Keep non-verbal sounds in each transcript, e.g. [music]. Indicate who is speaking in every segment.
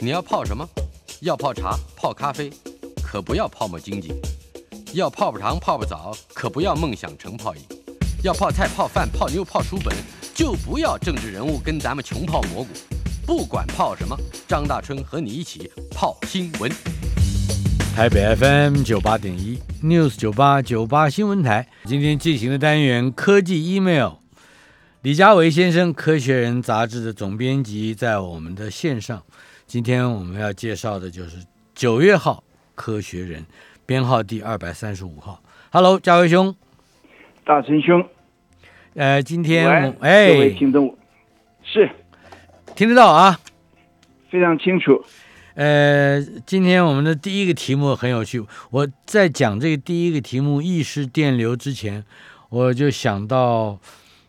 Speaker 1: 你要泡什么？要泡茶、泡咖啡，可不要泡沫经济；要泡泡糖、泡泡澡，可不要梦想成泡影；要泡菜、泡饭、泡妞、泡书本，就不要政治人物跟咱们穷泡蘑菇。不管泡什么，张大春和你一起泡新闻。
Speaker 2: 台北 FM 九八点一 News 九八九八新闻台今天进行的单元科技 Email，李家维先生，《科学人》杂志的总编辑，在我们的线上。今天我们要介绍的就是九月号《科学人》，编号第二百三十五号。Hello，家维兄，
Speaker 3: 大陈兄，
Speaker 2: 呃，今
Speaker 3: 午安
Speaker 2: 天我
Speaker 3: 各位
Speaker 2: 哎
Speaker 3: 听众，是
Speaker 2: 听得到啊？
Speaker 3: 非常清楚。
Speaker 2: 呃，今天我们的第一个题目很有趣。我在讲这个第一个题目意识电流之前，我就想到，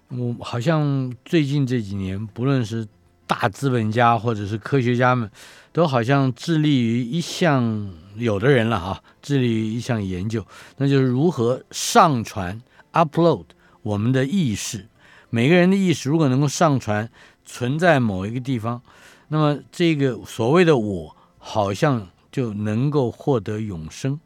Speaker 2: 我好像最近这几年，不论是大资本家或者是科学家们，都好像致力于一项有的人了哈、致力于一项研究，那就是如何上传 （upload） 我们的意识。每个人的意识如果能够上传，存在某一个地方，那么这个所谓的我，好像就能够获得永生。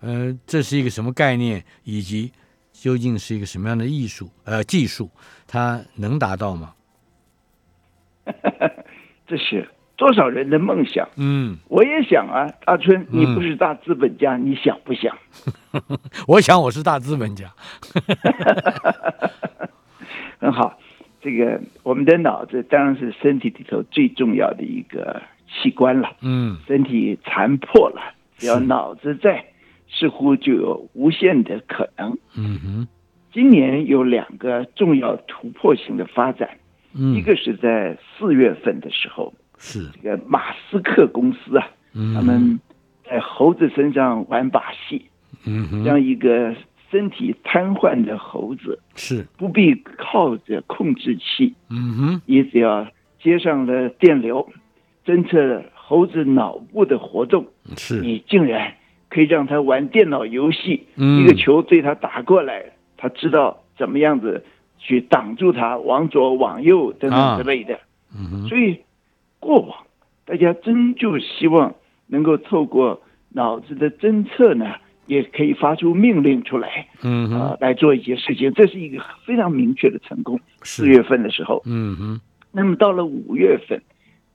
Speaker 2: 呃，这是一个什么概念，以及究竟是一个什么样的艺术呃技术，它能达到吗？
Speaker 3: 这是多少人的梦想？
Speaker 2: 嗯，
Speaker 3: 我也想啊，大春，
Speaker 2: 嗯
Speaker 3: 你不是大资本家，你想不想？
Speaker 2: 我想我是大资本家。
Speaker 3: 很好，这个我们的脑子当然是身体里头最重要的一个器官了，
Speaker 2: 嗯
Speaker 3: 身体残破了，只要
Speaker 2: 是
Speaker 3: 脑子在，似乎就有无限的可能。
Speaker 2: 嗯哼
Speaker 3: 今年有两个重要突破性的发展，
Speaker 2: 嗯，
Speaker 3: 一个是在四月份的时候，
Speaker 2: 是
Speaker 3: 这个马斯克公司啊，
Speaker 2: 嗯
Speaker 3: 他们在猴子身上玩把戏，
Speaker 2: 嗯哼
Speaker 3: 让一个身体瘫痪的猴子
Speaker 2: 是
Speaker 3: 不必靠着控制器，
Speaker 2: 嗯哼
Speaker 3: 也只要接上了电流，侦测猴子脑部的活动，
Speaker 2: 是
Speaker 3: 你竟然可以让他玩电脑游戏，
Speaker 2: 嗯
Speaker 3: 一个球对他打过来，他知道怎么样子去挡住他，往左往右等
Speaker 2: 啊
Speaker 3: 等之类的。
Speaker 2: 嗯哼
Speaker 3: 所以，过往大家真就希望能够透过脑子的侦测呢，也可以发出命令出来
Speaker 2: 嗯
Speaker 3: 啊、
Speaker 2: 哼
Speaker 3: 来做一些事情。这是一个非常明确的成功。四
Speaker 2: 是
Speaker 3: 月份的时候，
Speaker 2: 嗯哼
Speaker 3: 那么到了五月份，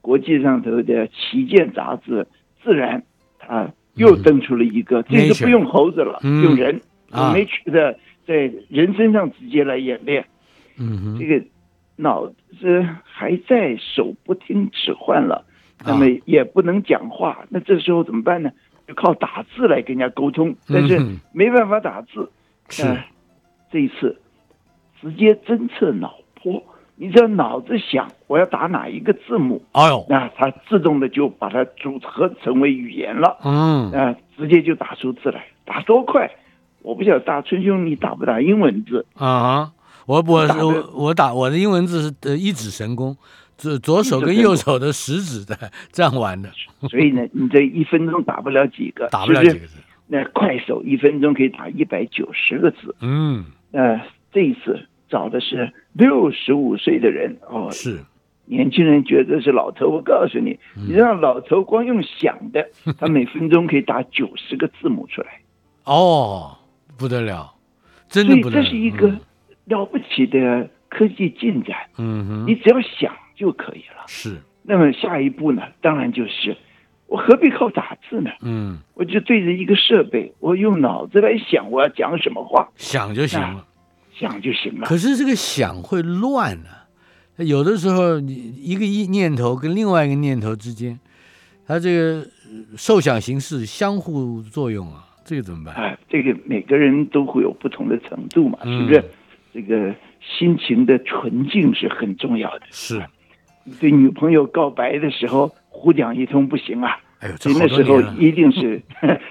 Speaker 3: 国际上头的旗舰杂志《自然》啊，又登出了一个，这个
Speaker 2: Nature
Speaker 3: 不用猴子了，
Speaker 2: 嗯
Speaker 3: 用人，
Speaker 2: 啊
Speaker 3: 没去的在人身上直接来演练。
Speaker 2: 嗯哼
Speaker 3: 这个脑子还在手不听使唤了，
Speaker 2: 啊
Speaker 3: 那么也不能讲话，那这时候怎么办呢？就靠打字来跟人家沟通，但是
Speaker 2: 嗯
Speaker 3: 没办法打字。
Speaker 2: 是
Speaker 3: 呃这一次直接侦测脑波，你只要脑子想我要打哪一个字母，
Speaker 2: 哎呦
Speaker 3: 那它自动的就把它组合成为语言了，
Speaker 2: 嗯
Speaker 3: 啊、直接就打出字来，打多快？我不晓得大春兄你打不打英
Speaker 2: [laughs]
Speaker 3: 文字？
Speaker 2: 啊哈，我我
Speaker 3: 打的
Speaker 2: 我我打我的英文字是呃一指神功，左左手跟右手的食指的这样玩的，
Speaker 3: 所以呢，你这一分钟打不了几个，
Speaker 2: 打不了
Speaker 3: 是
Speaker 2: 几
Speaker 3: 是
Speaker 2: 个字。
Speaker 3: 那快手一分钟可以打一百九十个字。
Speaker 2: 嗯，
Speaker 3: 呃，这一次找的是六十五岁的人哦，
Speaker 2: 是
Speaker 3: 年轻人觉得是老头。我告诉你，
Speaker 2: 嗯
Speaker 3: 你让老头光用想
Speaker 2: [laughs]
Speaker 3: 的，他每分钟可以打九十个字母出来，
Speaker 2: 哦，不得了，真
Speaker 3: 所
Speaker 2: 的
Speaker 3: 以
Speaker 2: 不嗯得
Speaker 3: 这
Speaker 2: 了。
Speaker 3: 是一个了不起的科技进展。
Speaker 2: 嗯嗯
Speaker 3: 你
Speaker 2: 哼，
Speaker 3: 只要想就可以了。
Speaker 2: 是
Speaker 3: 那么下一步呢？当然就是我何必靠打字呢？
Speaker 2: 嗯，
Speaker 3: 我就对着一个设备，我用脑子来想我要讲什么话，
Speaker 2: 想就行了。
Speaker 3: 想就行了。
Speaker 2: 可是这个想会乱啊，有的时候你一个意念头跟另外一个念头之间，它这个呃受想行识相互作用啊，这个怎么办？
Speaker 3: 啊，这个每个人都会有不同的程度嘛，
Speaker 2: 嗯
Speaker 3: 是不是？这个心情的纯净是很重要的。
Speaker 2: 是，
Speaker 3: 你对女朋友告白的时候胡讲一通不行啊，
Speaker 2: 哎呦，这
Speaker 3: 所以
Speaker 2: 好
Speaker 3: 那
Speaker 2: 多
Speaker 3: 时候
Speaker 2: 年了。
Speaker 3: 一
Speaker 2: [laughs]
Speaker 3: 定是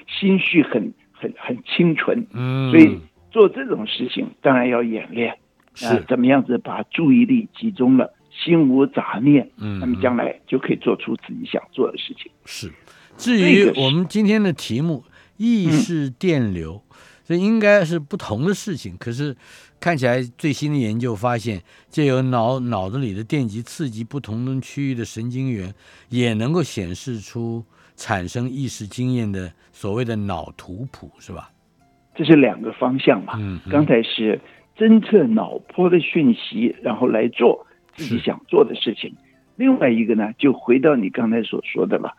Speaker 3: 心绪很很很清纯，
Speaker 2: 嗯，
Speaker 3: 所以做这种事情当然要演练。啊
Speaker 2: 是，
Speaker 3: 怎么样子把注意力集中了，心无杂念，
Speaker 2: 嗯
Speaker 3: 那么将来就可以做出自己想做的事情。
Speaker 2: 是。至于
Speaker 3: 这个是
Speaker 2: 我们今天的题目“意识电流”，所以应该是不同的事情。可是看起来最新的研究发现，借由脑脑子里的电极刺激不同的区域的神经元，也能够显示出产生意识经验的所谓的脑图谱，是吧？
Speaker 3: 这是两个方向嘛。
Speaker 2: 嗯嗯
Speaker 3: 刚才是侦测脑波的讯息，然后来做自己
Speaker 2: 是
Speaker 3: 想做的事情。另外一个呢，就回到你刚才所说的了，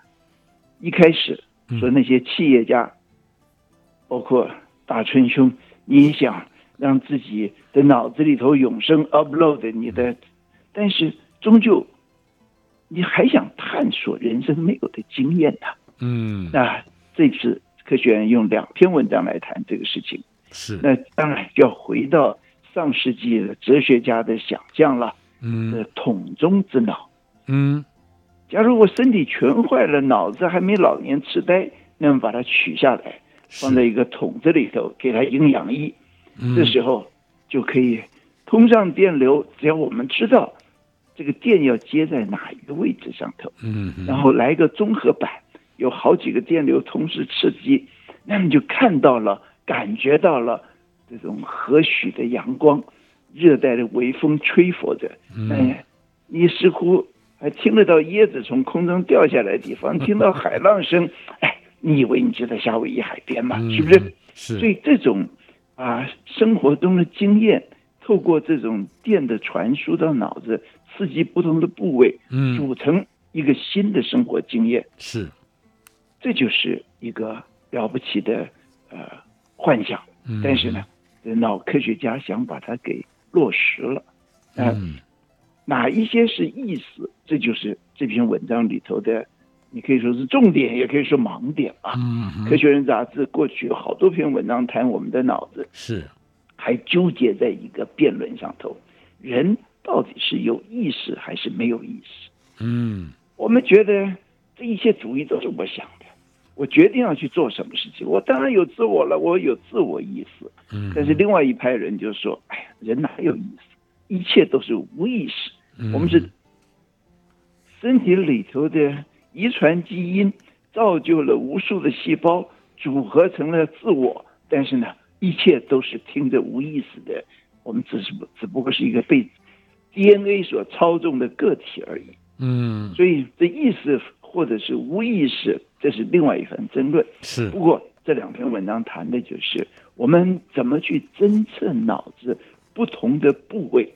Speaker 3: 一开始
Speaker 2: 嗯
Speaker 3: 说那些企业家，包括大春兄，你想让自己的脑子里头永生 upload 你
Speaker 2: 嗯
Speaker 3: 的，但是终究你还想探索人生没有的经验呢、
Speaker 2: 嗯，
Speaker 3: 那这次科学院用两篇文章来谈这个事情。
Speaker 2: 是，
Speaker 3: 那当然就要回到上世纪的哲学家的想象了，
Speaker 2: 嗯
Speaker 3: 呃，桶中之脑。
Speaker 2: 嗯
Speaker 3: 假如我身体全坏了，脑子还没老年痴呆，那么把它取下来，放在
Speaker 2: 是
Speaker 3: 一个桶子里头，给它营养液，
Speaker 2: 嗯
Speaker 3: 这时候就可以通上电流。只要我们知道这个电要接在哪一个位置上头，
Speaker 2: 嗯嗯
Speaker 3: 然后来一个综合版，有好几个电流同时刺激，那你就看到了、感觉到了这种和煦的阳光，热带的微风吹拂着，
Speaker 2: 嗯
Speaker 3: 哎，你似乎还听得到椰子从空中掉下来的地
Speaker 2: [laughs]
Speaker 3: 方，听到海浪声，哎，你以为你就在夏威夷海边嘛？是不是？
Speaker 2: 嗯是
Speaker 3: 所以这种啊生活中的经验，透过这种电的传输到脑子，刺激不同的部位，
Speaker 2: 嗯
Speaker 3: 组成一个新的生活经验，
Speaker 2: 是
Speaker 3: 这就是一个了不起的呃幻想
Speaker 2: 嗯。
Speaker 3: 但是呢，脑科学家想把它给落实了。那、
Speaker 2: 嗯
Speaker 3: 哪一些是意思？这就是这篇文章里头的，你可以说是重点，也可以说盲点吧。
Speaker 2: 嗯嗯
Speaker 3: 科学人》杂志过去有好多篇文章谈我们的脑子，
Speaker 2: 是
Speaker 3: 还纠结在一个辩论上头：人到底是有意识还是没有意识？
Speaker 2: 嗯
Speaker 3: 我们觉得这一切主意都是我想的，我决定要去做什么事情，我当然有自我了，我有自我意识。
Speaker 2: 嗯
Speaker 3: 但是另外一派人就说：“哎呀，人哪有意识？一切都是无意识。我们是身体里头的遗传基因造就了无数的细胞，组合成了自我。但是呢，一切都是听着无意识的，我们只是不只不过是一个被 DNA 所操纵的个体而已。”
Speaker 2: 嗯
Speaker 3: 所以这意识或者是无意识，这是另外一番争论。
Speaker 2: 是
Speaker 3: 不过这两篇文章谈的就是我们怎么去侦测脑子不同的部位，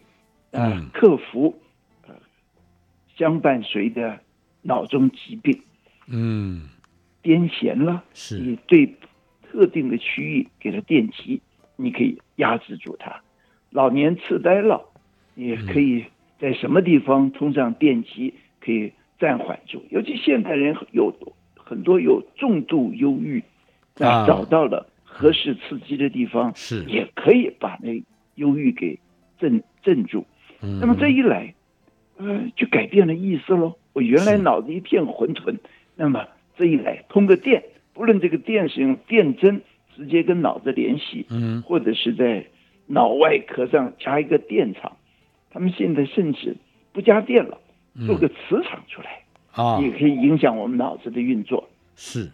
Speaker 3: 呃
Speaker 2: 嗯，
Speaker 3: 克服呃相伴随的脑中疾病，
Speaker 2: 嗯
Speaker 3: 癫痫了，
Speaker 2: 是
Speaker 3: 你对特定的区域给它电击，你可以压制住它。老年痴呆了，也
Speaker 2: 嗯
Speaker 3: 可以在什么地方通上电击，可以暂缓住。尤其现代人有很多有重度忧郁，
Speaker 2: 啊
Speaker 3: 那找到了合适刺激的地方，
Speaker 2: 是
Speaker 3: 也可以把那忧郁给镇镇住。
Speaker 2: 嗯
Speaker 3: 那么这一来，呃，就改变了意思喽。我原来
Speaker 2: 是
Speaker 3: 脑子一片混沌，那么这一来通个电，不论这个电是用电针直接跟脑子联系，
Speaker 2: 嗯
Speaker 3: 或者是在脑外壳上加一个电场，他们现在甚至不加电了，做个磁场出来，
Speaker 2: 嗯啊
Speaker 3: 也可以影响我们脑子的运作。
Speaker 2: 是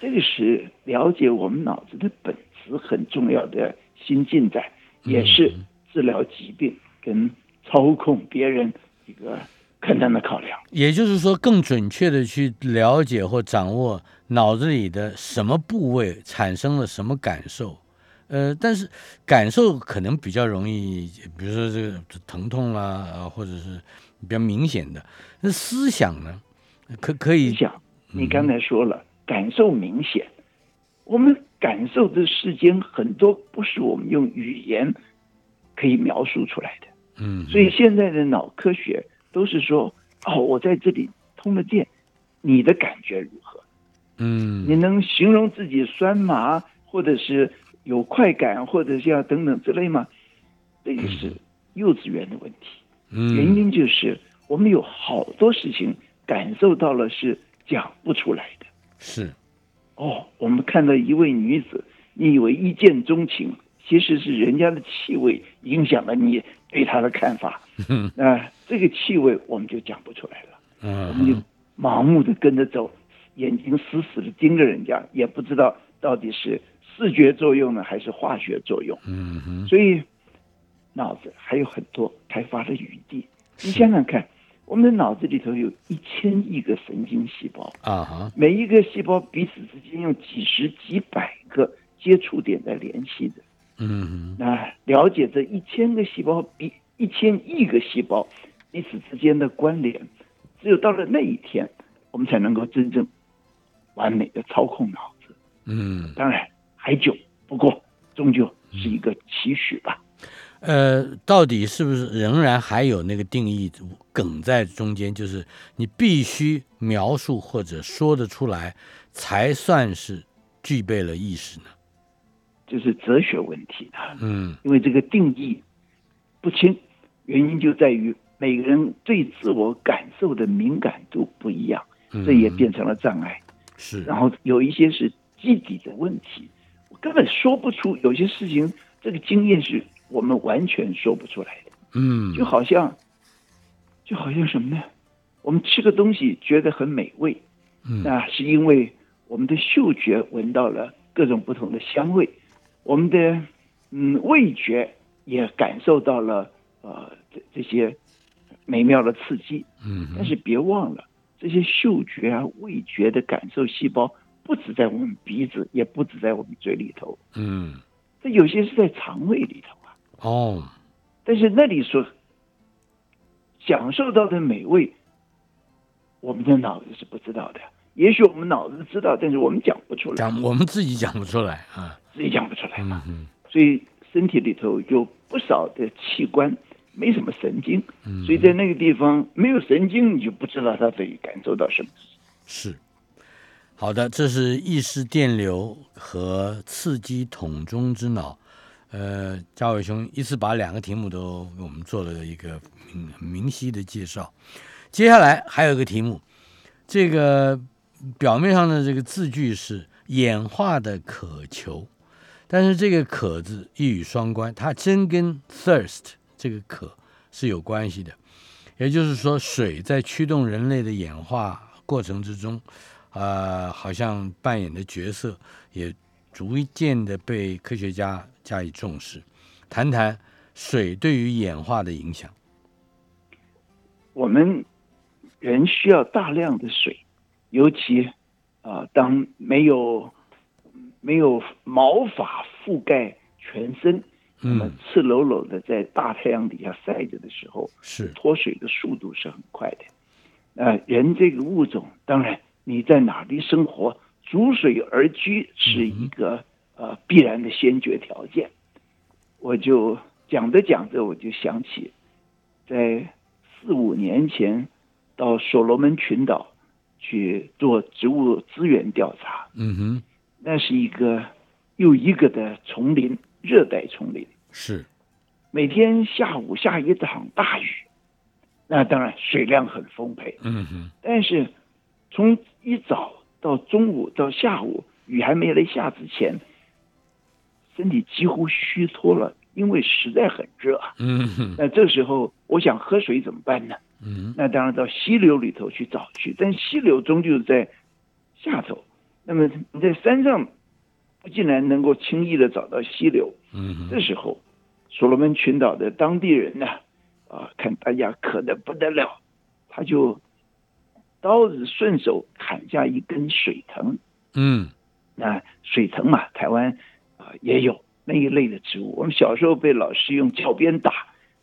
Speaker 3: 这个是了解我们脑子的本质很重要的新进展，也是治疗疾病跟操控别人一个很难的考量。
Speaker 2: 也就是说，更准确的去了解或掌握脑子里的什么部位产生了什么感受。呃，但是感受可能比较容易，比如说这个疼痛啦、呃，或者是比较明显的。那思想呢，可可以
Speaker 3: 你想，你刚才说了，感受明显，我们感受的世间很多不是我们用语言可以描述出来的。
Speaker 2: 嗯，
Speaker 3: 所以现在的脑科学都是说，哦，我在这里通了电，你的感觉如何？你
Speaker 2: 嗯
Speaker 3: 能形容自己酸麻，或者是有快感，或者是要等等之类吗？这个是幼稚园的问题，原
Speaker 2: 嗯
Speaker 3: 因就是我们有好多事情感受到了是讲不出来的。
Speaker 2: 是
Speaker 3: 哦，我们看到一位女子，你以为一见钟情，其实是人家的气味影响了你对她的看法。
Speaker 2: 嗯
Speaker 3: 那这个气味我们就讲不出来了。我们就
Speaker 2: 嗯
Speaker 3: 盲目的跟着走，眼睛死死的盯着人家，也不知道到底是视觉作用呢，还是化学作用？
Speaker 2: 嗯哼，
Speaker 3: 所以脑子还有很多开发的余地。你想想看，我们的脑子里头有一千亿个神经细胞，
Speaker 2: 啊哈，
Speaker 3: 每一个细胞彼此之间有几十几百个接触点在联系着。
Speaker 2: 嗯哼，
Speaker 3: 那了解这一千个细胞比一千亿个细胞彼此之间的关联，只有到了那一天，我们才能够真正完美的操控脑子。
Speaker 2: 嗯，
Speaker 3: 当然还久，不过终究是一个期许吧。
Speaker 2: 呃，到底是不是仍然还有那个定义梗在中间？就是你必须描述或者说得出来，才算是具备了意识呢？
Speaker 3: 这是哲学问题啊，
Speaker 2: 嗯
Speaker 3: 因为这个定义不清，原因就在于每个人对自我感受的敏感度不一样，
Speaker 2: 嗯，
Speaker 3: 这也变成了障碍。
Speaker 2: 是，
Speaker 3: 然后有一些是基底的问题，我根本说不出。有些事情，这个经验是我们完全说不出来的，
Speaker 2: 嗯
Speaker 3: 就好像，就好像什么呢？我们吃个东西觉得很美味，
Speaker 2: 嗯
Speaker 3: 那是因为我们的嗅觉闻到了各种不同的香味，我们的嗯味觉也感受到了呃这这些美妙的刺激，
Speaker 2: 嗯
Speaker 3: 但
Speaker 2: 哼，
Speaker 3: 是别忘了，这些嗅觉啊、味觉的感受细胞，不止在我们鼻子，也不止在我们嘴里头，
Speaker 2: 嗯，
Speaker 3: 这有些是在肠胃里头啊。
Speaker 2: 哦，
Speaker 3: 但是那里所享受到的美味，我们的脑子是不知道的。也许我们脑子知道，但是我们讲不出来，
Speaker 2: 讲我们自己讲不出来啊，
Speaker 3: 自己讲不出来
Speaker 2: 嗯
Speaker 3: 嘛。
Speaker 2: 哼，
Speaker 3: 所以身体里头有不少的器官没什么神经，
Speaker 2: 嗯
Speaker 3: 所以在那个地方没有神经，你就不知道他得感受到什么。
Speaker 2: 是，好的，这是意识电流和刺激桶中之脑。呃，嘉伟兄一次把两个题目都给我们做了一个明明晰的介绍。接下来还有一个题目，这个表面上的这个字句是演化的渴求，但是这个“渴”字一语双关，它真跟 thirst 这个“渴”是有关系的。也就是说，水在驱动人类的演化过程之中，呃，好像扮演的角色也逐渐的被科学家加以重视。谈谈水对于演化的影响。
Speaker 3: 我们人需要大量的水，尤其啊、当没有没有毛发覆盖全身，那么
Speaker 2: 嗯
Speaker 3: 赤裸裸的在大太阳底下晒着的时候，
Speaker 2: 是，
Speaker 3: 脱水的速度是很快的。呃，人这个物种，当然你在哪里生活，逐水而居是一个、呃必然的先决条件。我就讲着讲着，我就想起，在四五年前到所罗门群岛去做植物资源调查，
Speaker 2: 嗯哼，
Speaker 3: 那是一个又一个的丛林，热带丛林。
Speaker 2: 是，
Speaker 3: 每天下午下一场大雨，那当然水量很丰沛，
Speaker 2: 嗯哼，
Speaker 3: 但是从一早到中午到下午，雨还没来下之前，身体几乎虚脱了，因为实在很热啊。
Speaker 2: 嗯哼，
Speaker 3: 那这时候我想喝水怎么办呢？
Speaker 2: 嗯
Speaker 3: 那当然到溪流里头去找去，但溪流终究在下头，那么你在山上不竟然能够轻易的找到溪流，
Speaker 2: 嗯哼，
Speaker 3: 这时候，所罗门群岛的当地人呢，啊，看大家渴得不得了，他就刀子顺手砍下一根水藤。
Speaker 2: 嗯，
Speaker 3: 那水藤嘛，台湾啊、也有那一类的植物。我们小时候被老师用教鞭打，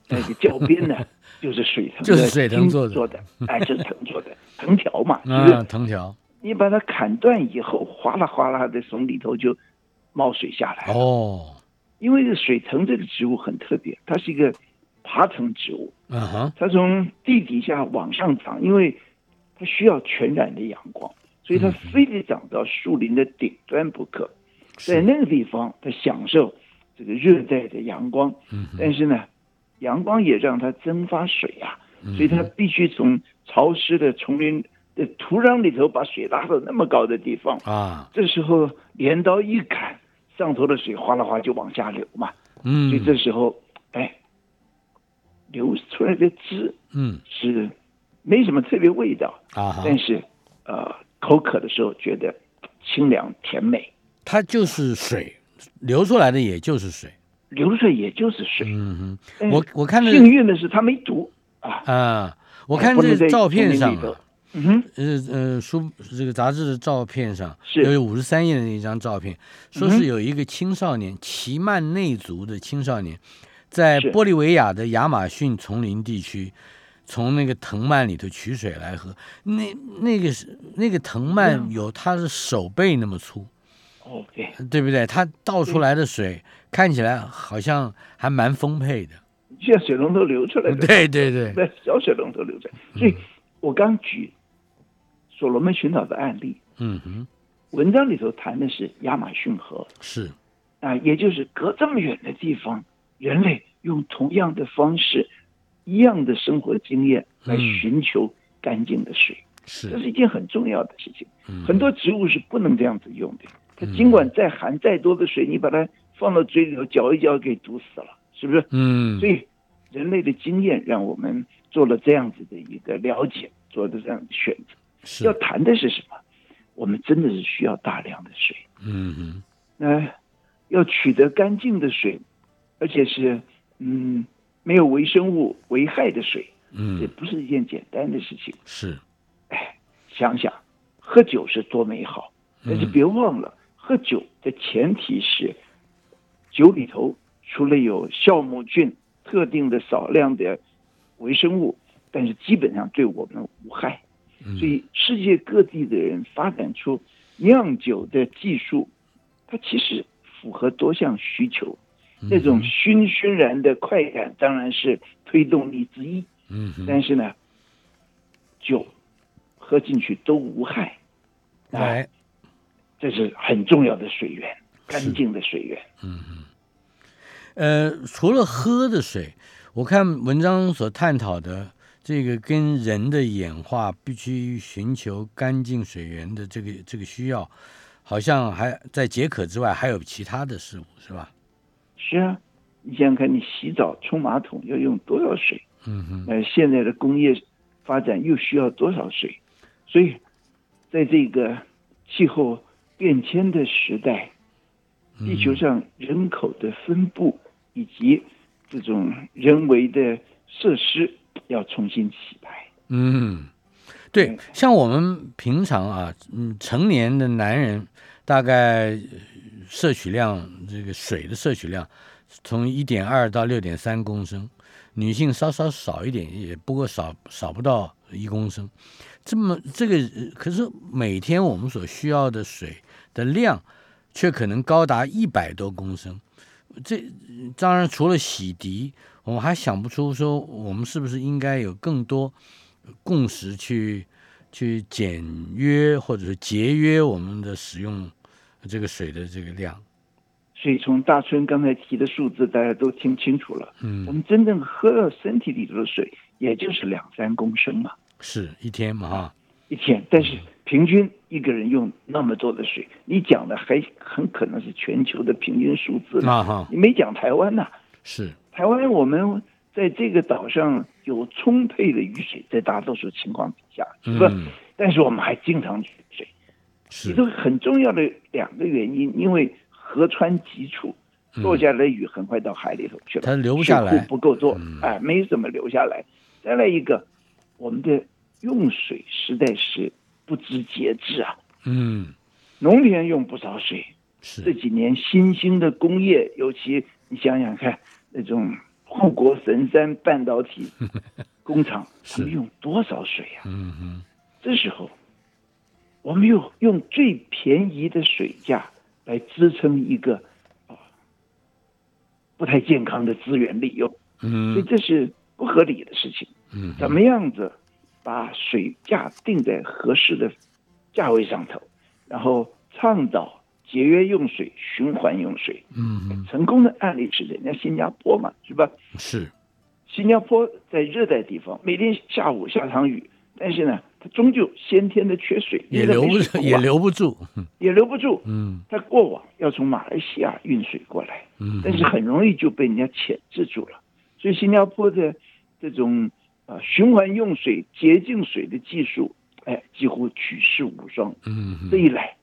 Speaker 3: 那个教
Speaker 2: [laughs]
Speaker 3: 鞭呢，就是水藤的
Speaker 2: 就是水藤
Speaker 3: 茎
Speaker 2: 做
Speaker 3: 做
Speaker 2: 的 [laughs]
Speaker 3: 的，哎，就是藤做的藤条嘛，是不是？
Speaker 2: 啊，藤条，
Speaker 3: 你把它砍断以后，哗啦哗啦的从里头就冒水下来了。
Speaker 2: 哦，
Speaker 3: 因为水藤这个植物很特别，它是一个爬藤植物，
Speaker 2: 嗯哼，
Speaker 3: 它从地底下往上长，因为它需要全然的阳光，所以
Speaker 2: 嗯
Speaker 3: 它非得长到树林的顶端不可。在
Speaker 2: 是，
Speaker 3: 那个地方，它享受这个热带的阳光，
Speaker 2: 嗯哼，
Speaker 3: 但是呢，阳光也让它蒸发水啊，
Speaker 2: 嗯
Speaker 3: 所以它必须从潮湿的丛林的土壤里头把水拉到那么高的地方，
Speaker 2: 啊，
Speaker 3: 这时候镰刀一砍，上头的水哗啦哗就往下流嘛。所以
Speaker 2: 嗯，
Speaker 3: 这时候，哎，流出来的汁
Speaker 2: 嗯，
Speaker 3: 是没什么特别味道，
Speaker 2: 啊哈，
Speaker 3: 但是呃，口渴的时候觉得清凉甜美，
Speaker 2: 它就是水，流出来的也就是水。
Speaker 3: 流水也就是水。
Speaker 2: 嗯哼，
Speaker 3: 哎
Speaker 2: 我我看这
Speaker 3: 幸运的是他没毒啊。
Speaker 2: 啊，我
Speaker 3: 哎
Speaker 2: 看
Speaker 3: 不能
Speaker 2: 这
Speaker 3: 在
Speaker 2: 照片
Speaker 3: 丛林
Speaker 2: 上
Speaker 3: 里头
Speaker 2: 啊，
Speaker 3: 嗯哼，
Speaker 2: 呃呃，书这个杂志的照片上，
Speaker 3: 是
Speaker 2: 有五十三页的那张照片，说
Speaker 3: 嗯
Speaker 2: 是
Speaker 3: 哼
Speaker 2: 有一个青少年，奇曼内族的青少年，在
Speaker 3: 是
Speaker 2: 玻利维亚的亚马逊丛林地区，从那个藤蔓里头取水来喝。那那个是那个藤蔓
Speaker 3: 嗯
Speaker 2: 有他的手背那么粗，
Speaker 3: 哦 OK，
Speaker 2: 对不对？他倒
Speaker 3: 嗯
Speaker 2: 出来的水看起来好像还蛮丰沛的。
Speaker 3: 像水龙头流出来的，
Speaker 2: 嗯对嗯对对，
Speaker 3: 在小水龙头流出来。所以我刚举所罗门群岛的案例，
Speaker 2: 嗯哼，
Speaker 3: 文章里头谈的是亚马逊河
Speaker 2: 是，
Speaker 3: 啊，也就是隔这么远的地方，人类用同样的方式、一样的生活经验来
Speaker 2: 嗯
Speaker 3: 寻求干净的水，这
Speaker 2: 是，
Speaker 3: 是一件很重要的事情。
Speaker 2: 嗯
Speaker 3: 很多植物是不能这样子用的，它尽管再含再多的水，你把它放到嘴里头嚼一嚼，给毒死了，是不是？
Speaker 2: 嗯
Speaker 3: 所以人类的经验让我们做了这样子的一个了解，做了这样的选择。
Speaker 2: 是
Speaker 3: 要，谈的是什么？我们真的是需要大量的水，
Speaker 2: 嗯哼，
Speaker 3: 呃，要取得干净的水，而且是嗯没有微生物危害的水，这
Speaker 2: 嗯
Speaker 3: 不是一件简单的事情。
Speaker 2: 是，
Speaker 3: 想想，喝酒是多美好，但是
Speaker 2: 嗯
Speaker 3: 别忘了，喝酒的前提是酒里头除了有酵母菌特定的少量的微生物，但是基本上对我们无害。
Speaker 2: 嗯
Speaker 3: 所以世界各地的人发展出酿酒的技术，它其实符合多项需求。
Speaker 2: 嗯
Speaker 3: 那种熏熏然的快感当然是推动力之一，
Speaker 2: 嗯哼。
Speaker 3: 但是呢，酒喝进去都无害，啊，
Speaker 2: 哎，
Speaker 3: 这是很重要的水源，干净的水源。
Speaker 2: 呃，除了喝的水，我看文章所探讨的这个跟人的演化必须寻求干净水源的这个这个需要，好像还在解渴之外还有其他的事物，是吧？
Speaker 3: 是啊，你想想看，你洗澡冲马桶要用多少水？
Speaker 2: 嗯哼，
Speaker 3: 呃，现在的工业发展又需要多少水？所以，在这个气候变迁的时代，
Speaker 2: 嗯
Speaker 3: 地球上人口的分布以及这种人为的设施要重新洗牌。
Speaker 2: 嗯，对，像我们平常啊，嗯，成年的男人大概呃摄取量，这个水的摄取量从一点二到六点三公升，女性稍稍少一点，也不过少少不到一公升。这么这个呃可是每天我们所需要的水的量，却可能高达一百多公升。这当然除了洗涤，我们还想不出说我们是不是应该有更多共识去去简约或者是节约我们的使用这个水的这个量。
Speaker 3: 所以从大春刚才提的数字，大家都听清楚了。我
Speaker 2: 嗯，
Speaker 3: 们真正喝到身体里头的水，也就是两三公升嘛，
Speaker 2: 是一天嘛哈。
Speaker 3: 一天。但
Speaker 2: 嗯
Speaker 3: 是平均一个人用那么多的水，你讲的还很可能是全球的平均数字呢。
Speaker 2: 啊哈，
Speaker 3: 你没讲台湾呐、
Speaker 2: 是，
Speaker 3: 台湾我们在这个岛上有充沛的雨水，在大多数情况底下，是吧？
Speaker 2: 嗯
Speaker 3: 但是我们还经常缺水，其
Speaker 2: 是，
Speaker 3: 中很重要的两个原因，因为河川急促，落下来的雨很快到海里头去了，
Speaker 2: 嗯它流不下来嗯
Speaker 3: 水库不够多，哎，没怎么流下来。再来一个，我们的用水实在是不知节制啊，
Speaker 2: 嗯
Speaker 3: 农田用不少水，这
Speaker 2: 是，
Speaker 3: 几年新兴的工业，尤其你想想看，那种护国神山半
Speaker 2: [laughs]
Speaker 3: 导体工厂，他们用多少水呀、
Speaker 2: 嗯哼，
Speaker 3: 这时候，我们又用最便宜的水价来支撑一个啊不太健康的资源利用，所以
Speaker 2: 嗯
Speaker 3: 这是不合理的事情。
Speaker 2: 嗯
Speaker 3: 怎么样子把水价定在合适的价位上头，然后倡导节约用水、循环用水。
Speaker 2: 嗯哼，
Speaker 3: 成功的案例是人家新加坡嘛，是吧？
Speaker 2: 是，
Speaker 3: 新加坡在热带地方，每天下午下场雨，但是呢，它终究先天的缺水，
Speaker 2: 也
Speaker 3: 因为它
Speaker 2: 留不
Speaker 3: 没 [laughs] 水
Speaker 2: 住，
Speaker 3: 库
Speaker 2: 也
Speaker 3: 啊
Speaker 2: 留不住，
Speaker 3: 也留不住。
Speaker 2: 嗯
Speaker 3: 它过往要从马来西亚运水过来，
Speaker 2: 嗯
Speaker 3: 但是很容易就被人家钳制住了。所以新加坡的这种呃循环用水、洁净水的技术，哎，几乎举世无双。
Speaker 2: 嗯
Speaker 3: 这
Speaker 2: 哼，
Speaker 3: 一来，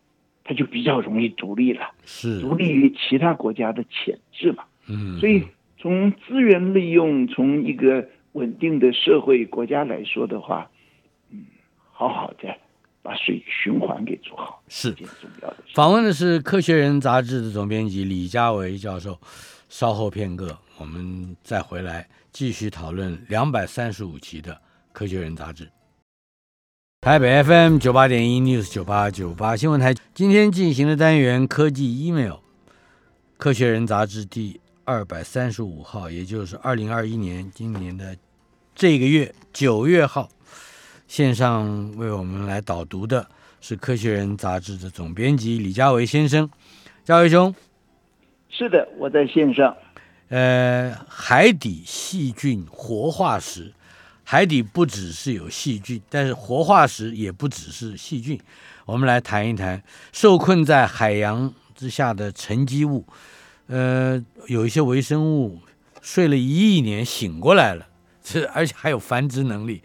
Speaker 3: 它就比较容易独立了，
Speaker 2: 是，
Speaker 3: 独立于其他国家的钳制嘛。
Speaker 2: 嗯，
Speaker 3: 所以从资源利用，从一个稳定的社会国家来说的话，嗯，好好的把水循环给做好，
Speaker 2: 是
Speaker 3: 这。是重要的事。
Speaker 2: 访问的是《科学人》杂志的总编辑李家维教授。稍后片刻，我们再回来继续讨论两百三十五期的《科学人》杂志。台北 FM 九八点一 News 九八九八新闻台今天进行的单元科技 Email，《科学人》杂志第二百三十五号，也就是二零二一年今年的这个月九月号，线上为我们来导读的是《科学人》杂志的总编辑李家维先生，家维兄。
Speaker 3: 是的，我在线上。
Speaker 2: 呃，海底细菌活化石，海底不只是有细菌，但是活化石也不只是细菌。我们来谈一谈受困在海洋之下的沉积物，呃，有一些微生物睡了一亿年醒过来了，这而且还有繁殖能力，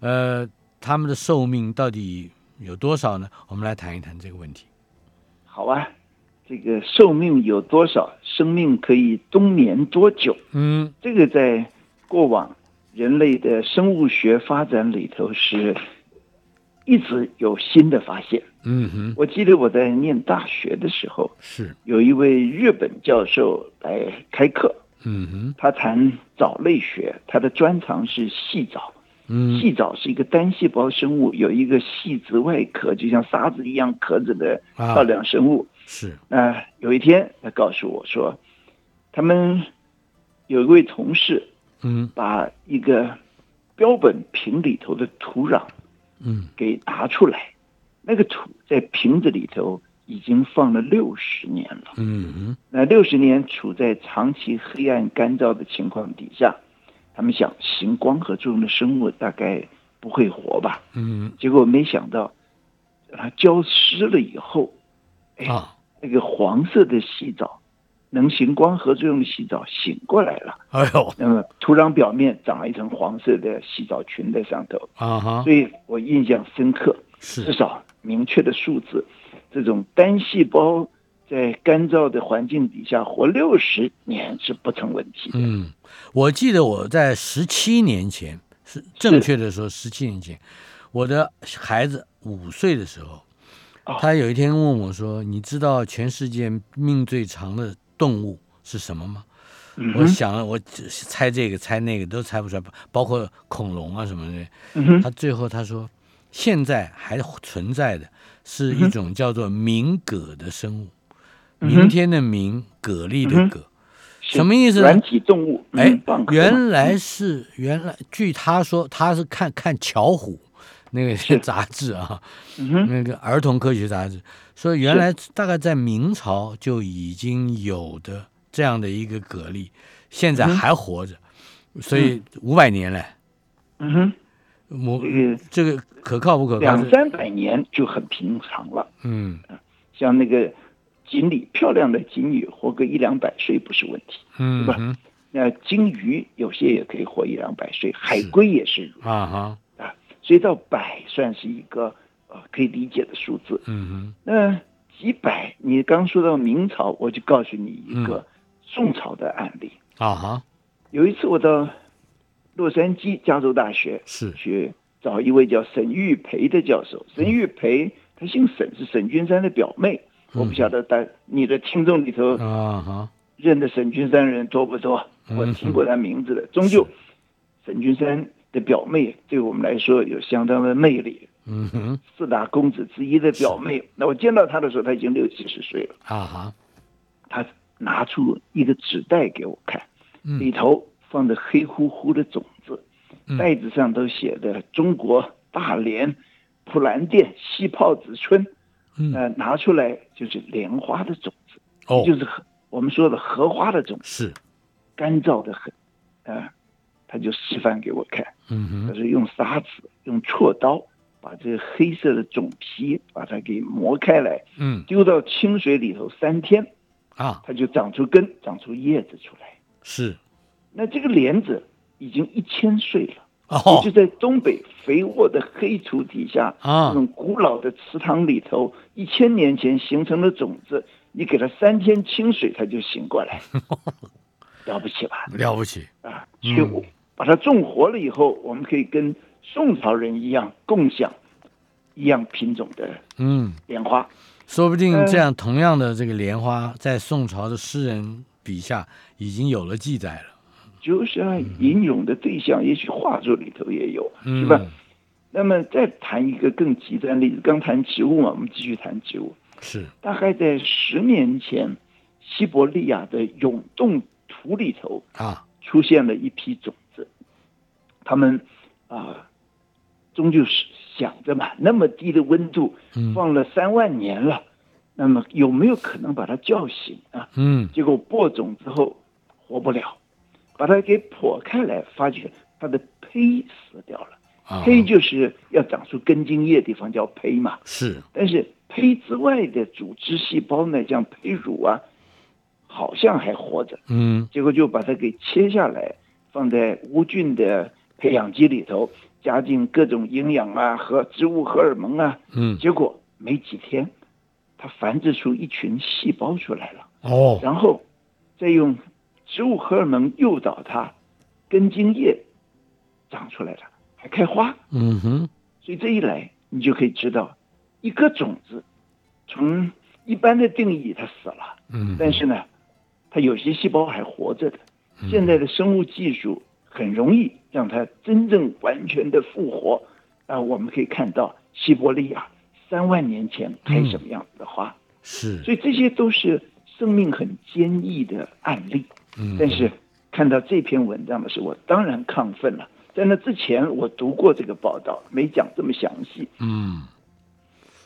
Speaker 2: 呃，它们的寿命到底有多少呢？我们来谈一谈这个问题。
Speaker 3: 好啊，这个寿命有多少？生命可以冬眠多久？
Speaker 2: 嗯
Speaker 3: 这个在过往人类的生物学发展里头是一直有新的发现。
Speaker 2: 嗯哼，
Speaker 3: 我记得我在念大学的时候，
Speaker 2: 是，
Speaker 3: 有一位日本教授来开课，
Speaker 2: 嗯哼，
Speaker 3: 他谈藻类学，他的专长是细藻。
Speaker 2: 嗯
Speaker 3: 细藻是一个单细胞生物，有一个细质外壳，就像沙子一样壳子的
Speaker 2: 啊
Speaker 3: 漂亮生物。
Speaker 2: 是，
Speaker 3: 那、有一天，他告诉我说，他们有一位同事
Speaker 2: 嗯
Speaker 3: 把一个标本瓶里头的土壤
Speaker 2: 嗯，
Speaker 3: 给拿出来，那个土在瓶子里头已经放了六十年了。
Speaker 2: 嗯哼，
Speaker 3: 那六十年处在长期黑暗干燥的情况底下，他们想行光合作用的生物大概不会活吧？
Speaker 2: 嗯
Speaker 3: 结果没想到，它浇湿了以后，
Speaker 2: 啊。
Speaker 3: 那个黄色的细藻，能行光合作用的细藻醒过来了。
Speaker 2: 哎呦
Speaker 3: 那么土壤表面长了一层黄色的细藻群在上头，
Speaker 2: 啊哈
Speaker 3: 所，以我印象深刻。至
Speaker 2: 是
Speaker 3: 少明确的数字，这种单细胞在干燥的环境底下活六十年是不成问题的。
Speaker 2: 嗯，我记得我在十七年前，是正确的说十七年前，我的孩子五岁的时候，
Speaker 3: 哦
Speaker 2: 他有一天问我说：“你知道全世界命最长的动物是什么吗？”
Speaker 3: 嗯
Speaker 2: 我
Speaker 3: 哼
Speaker 2: 想了，我只是猜这个猜那个都猜不出来，包括恐龙啊什么的。
Speaker 3: 嗯哼，
Speaker 2: 他最后他说，现在还存在的是一种叫做鸣蛤的生物，
Speaker 3: 嗯嗯哼
Speaker 2: 明天的鸣，蛤蜊的
Speaker 3: 嗯
Speaker 2: 蛤。
Speaker 3: 是
Speaker 2: 什么意思呢
Speaker 3: 软体动物，
Speaker 2: 哎
Speaker 3: 嗯，蚌壳
Speaker 2: 原来是原来，据他说他是看看巧虎那个 [laughs] 杂志啊，
Speaker 3: 嗯哼，
Speaker 2: 那个儿童科学杂志，说原来大概在明朝就已经有的这样的一个蛤蜊，现在还活着，所以五百年嘞，
Speaker 3: 嗯哼，
Speaker 2: 我
Speaker 3: 这个
Speaker 2: 这个可靠不可靠
Speaker 3: 两
Speaker 2: 是？
Speaker 3: 三百年就很平常了。
Speaker 2: 嗯
Speaker 3: 像那个锦鲤，漂亮的锦鲤活个一两百岁不是问题。
Speaker 2: 嗯
Speaker 3: 对吧
Speaker 2: 哼
Speaker 3: 那鲸鱼有些也可以活一两百岁，海龟也是如
Speaker 2: 啊哈
Speaker 3: 此啊，所以到百算是一个呃可以理解的数字。
Speaker 2: 嗯
Speaker 3: 那几百，你刚说到明朝，我就告诉你一个宋朝的案例。
Speaker 2: 哼啊哈
Speaker 3: 有一次我到洛杉矶加州大学
Speaker 2: 是
Speaker 3: 去找一位叫沈玉培的教授，沈玉培他姓沈，是沈君山的表妹。我不晓得大你的听众里头
Speaker 2: 啊哈
Speaker 3: 认得沈君山的人多不多？
Speaker 2: 嗯
Speaker 3: 我听过他名字的，终究沈君山的表妹对我们来说有相当的魅力，
Speaker 2: 嗯哼
Speaker 3: 四大公子之一的表妹。那我见到她的时候，她已经六七十岁了。
Speaker 2: 啊哈
Speaker 3: 他拿出一个纸袋给我看，
Speaker 2: 嗯
Speaker 3: 里头放着黑乎乎的种子，
Speaker 2: 嗯
Speaker 3: 袋子上都写的中国大连、普兰店、西炮子村，
Speaker 2: 嗯
Speaker 3: 呃，拿出来就是莲花的种子，
Speaker 2: 哦
Speaker 3: 就是荷我们说的荷花的种子，
Speaker 2: 是
Speaker 3: 干燥的很，呃，他就示范给我看，
Speaker 2: 嗯哼
Speaker 3: 他说用砂纸、用锉刀把这个黑色的种皮把它给磨开来，
Speaker 2: 嗯
Speaker 3: 丢到清水里头三天，
Speaker 2: 啊
Speaker 3: 它就长出根、长出叶子出来。
Speaker 2: 是
Speaker 3: 那这个莲子已经一千岁了，
Speaker 2: 哦
Speaker 3: 就在东北肥沃的黑土底下，
Speaker 2: 啊
Speaker 3: 这种古老的池塘里头，一千年前形成的种子，你给它三天清水，它就醒过
Speaker 2: [laughs]
Speaker 3: 来，了不起吧？
Speaker 2: 了不起，
Speaker 3: 啊，去
Speaker 2: 嗯
Speaker 3: 把它种活了以后，我们可以跟宋朝人一样共享一样品种的
Speaker 2: 嗯，
Speaker 3: 莲花。
Speaker 2: 说不定
Speaker 3: 嗯
Speaker 2: 这样同样的这个莲花，在宋朝的诗人笔下已经有了记载了，
Speaker 3: 就是啊，吟咏的对象，也许画作里头也有，
Speaker 2: 嗯，
Speaker 3: 是吧？？那么再谈一个更极端的例子，刚谈植物嘛，我们继续谈植物。
Speaker 2: 是，
Speaker 3: 大概在十年前，西伯利亚的永冻土里头
Speaker 2: 啊，
Speaker 3: 出现了一批种子，他们啊、终究是想着嘛，那么低的温度
Speaker 2: 嗯
Speaker 3: 放了三万年了，那么有没有可能把它叫醒啊？
Speaker 2: 嗯，
Speaker 3: 结果播种之后活不了，把它给剖开来，发觉它的胚死掉了。
Speaker 2: 啊，
Speaker 3: 胚就是要长出根茎叶的地方叫胚嘛，
Speaker 2: 是，
Speaker 3: 但是胚之外的组织细胞呢，像胚乳啊，好像还活着。
Speaker 2: 嗯，
Speaker 3: 结果就把它给切下来，放在无菌的培养基里头，加进各种营养啊和植物荷尔蒙啊。
Speaker 2: 嗯，
Speaker 3: 结果没几天，它繁殖出一群细胞出来了，
Speaker 2: 哦，
Speaker 3: 然后再用植物荷尔蒙诱导它，根茎叶长出来了，还开花。
Speaker 2: 嗯哼，
Speaker 3: 所以这一来，你就可以知道，一颗种子，从一般的定义它死了，
Speaker 2: 嗯，
Speaker 3: 但是呢，它有些细胞还活着的。
Speaker 2: 嗯
Speaker 3: 现在的生物技术很容易让它真正完全的复活。啊、我们可以看到西伯利亚三万年前开什么样子的花，
Speaker 2: 嗯是，
Speaker 3: 所以这些都是生命很坚毅的案例。
Speaker 2: 嗯，
Speaker 3: 但是看到这篇文章的时候，我当然亢奋了。在那之前，我读过这个报道，没讲这么详细，
Speaker 2: 嗯，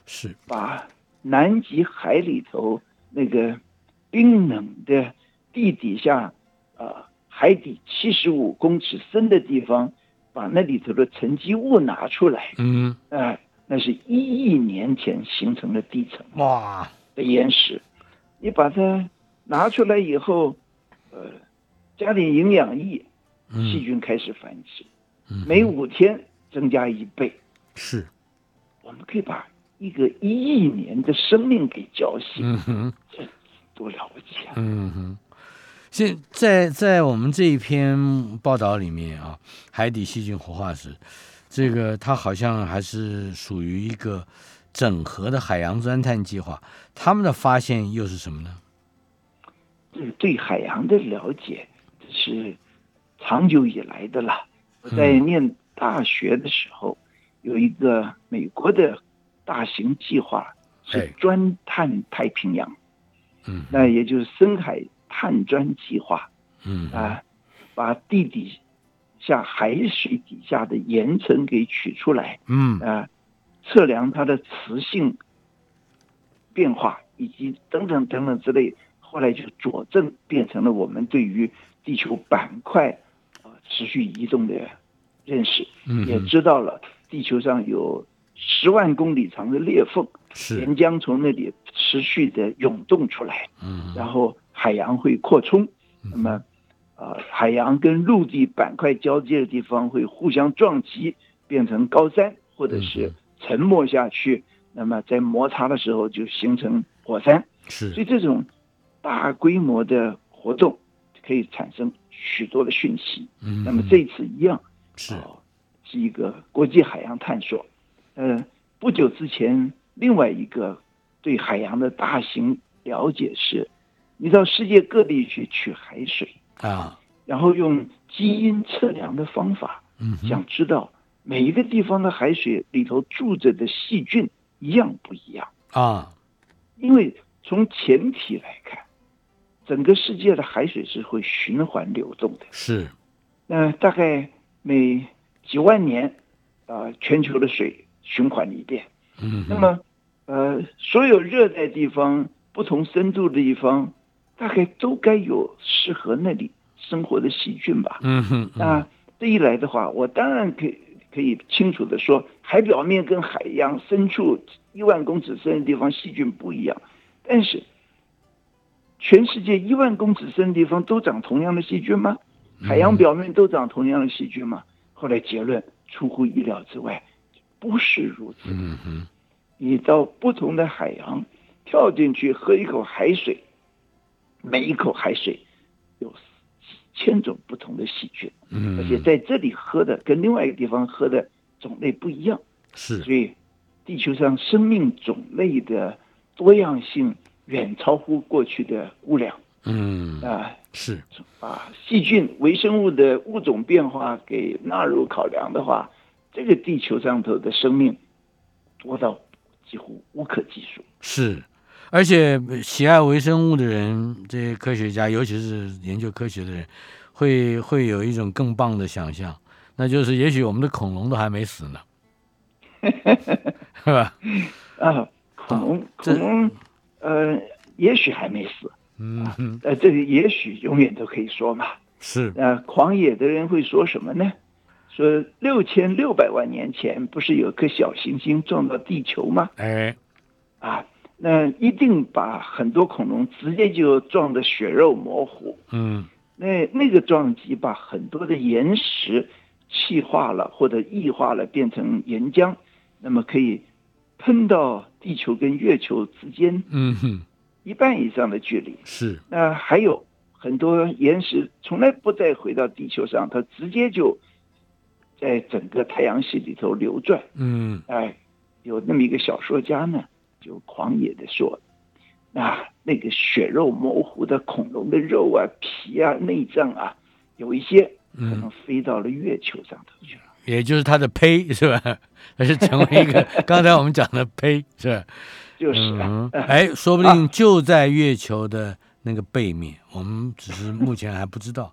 Speaker 2: 是，
Speaker 3: 把南极海里头那个冰冷的地底下，呃，海底七十五公尺深的地方，把那里头的沉积物拿出来，
Speaker 2: 嗯，
Speaker 3: 啊、那是一亿年前形成的地层。
Speaker 2: 哇，
Speaker 3: 的岩石，你把它拿出来以后，呃，加点营养液，
Speaker 2: 嗯
Speaker 3: 细菌开始繁殖，
Speaker 2: 嗯
Speaker 3: 每五天增加一倍。
Speaker 2: 是，
Speaker 3: 我们可以把一个一亿年的生命给叫醒，
Speaker 2: 嗯哼。
Speaker 3: 这多了不起啊！
Speaker 2: 嗯哼，现在在我们这一篇报道里面啊，海底细菌活化石，这个它好像还是属于一个整合的海洋钻探计划，他们的发现又是什么呢？
Speaker 3: 这是对海洋的了解，这是长久以来的啦。
Speaker 2: 嗯
Speaker 3: 我在念大学的时候，有一个美国的大型计划
Speaker 2: 哎
Speaker 3: 是专探太平洋，
Speaker 2: 嗯
Speaker 3: 那也就是深海探专计划
Speaker 2: 嗯
Speaker 3: 啊，把地底下海水底下的岩层给取出来，
Speaker 2: 嗯
Speaker 3: 啊，测量它的磁性变化以及等等等等之类，后来就佐证变成了我们对于地球板块啊、呃持续移动的认识，
Speaker 2: 嗯
Speaker 3: 也
Speaker 2: 哼
Speaker 3: 知道了地球上有十万公里长的裂缝，
Speaker 2: 是
Speaker 3: 岩浆从那里持续的涌动出来，
Speaker 2: 嗯
Speaker 3: 然后海洋会扩充，那么，呃，海洋跟陆地板块交接的地方会互相撞击，变成高山或者是沉没下去。那么在摩擦的时候就形成火山，所以
Speaker 2: 是
Speaker 3: 这种大规模的活动可以产生许多的讯息。
Speaker 2: 嗯
Speaker 3: 那么这次一样，
Speaker 2: 是
Speaker 3: 哦是一个国际海洋探索。呃，不久之前，另外一个对海洋的大型了解是，你到世界各地去取海水，
Speaker 2: 啊
Speaker 3: 然后用基因测量的方法，
Speaker 2: 嗯哼
Speaker 3: 想知道每一个地方的海水里头住着的细菌一样不一样。
Speaker 2: 啊
Speaker 3: 因为从前提来看，整个世界的海水是会循环流动的。
Speaker 2: 是
Speaker 3: 那大概每几万年，啊，全球的水循环一遍。
Speaker 2: 嗯
Speaker 3: 那
Speaker 2: 哼
Speaker 3: 么，呃，所有热带地方、不同深度的地方，大概都该有适合那里生活的细菌吧。
Speaker 2: 嗯哼嗯
Speaker 3: 那这一来的话，我当然可以可以清楚的说，海表面跟海洋深处一万公尺深的地方细菌不一样，但是全世界一
Speaker 2: 嗯
Speaker 3: 万公尺深的地方都长同样的细菌吗？海洋表面都长同样的细菌吗？后来结论出乎意料之外，不是如此。
Speaker 2: 嗯哼，
Speaker 3: 你到不同的海洋跳进去喝一口海水，每一口海水有几千种不同的细菌，
Speaker 2: 嗯，
Speaker 3: 而且在这里喝的跟另外一个地方喝的种类不一样，
Speaker 2: 是
Speaker 3: 所以地球上生命种类的多样性远超乎过去的估量
Speaker 2: 嗯
Speaker 3: 啊。
Speaker 2: 是
Speaker 3: 把细菌微生物的物种变化给纳入考量的话，这个地球上头的生命多到几乎无可计数。
Speaker 2: 是，而且呃喜爱微生物的人，这些科学家，尤其是研究科学的人，会会有一种更棒的想象，那就是也许我们的恐龙都还没死呢， [laughs] 是吧？
Speaker 3: 啊，恐龙，
Speaker 2: 这
Speaker 3: 恐龙，呃，也许还没死，
Speaker 2: 嗯哼，
Speaker 3: 呃，这个也许永远都可以说嘛。
Speaker 2: 是
Speaker 3: 那、呃狂野的人会说什么呢？说六千六百万年前不是有颗小行星撞到地球吗？
Speaker 2: 哎，
Speaker 3: 啊，那一定把很多恐龙直接就撞得血肉模糊。
Speaker 2: 嗯
Speaker 3: 那那个撞击把很多的岩石气化了或者异化了，变成岩浆，那么可以喷到地球跟月球之间
Speaker 2: 嗯哼，
Speaker 3: 一半以上的距离。
Speaker 2: 是
Speaker 3: 那还有很多岩石从来不再回到地球上，它直接就在整个太阳系里头流转。
Speaker 2: 嗯
Speaker 3: 哎，有那么一个小说家呢，就狂野的说，啊，那个血肉模糊的恐龙的肉啊、皮啊、内脏啊，有一些可能飞到了月球上头去了。
Speaker 2: 也就是它的胚是吧？ [laughs] 它是成为一个刚才我们讲的胚是吧？
Speaker 3: 就是啊，
Speaker 2: 嗯，
Speaker 3: [laughs]
Speaker 2: 哎，说不定就在月球的那个背面，我们只是目前还不知道。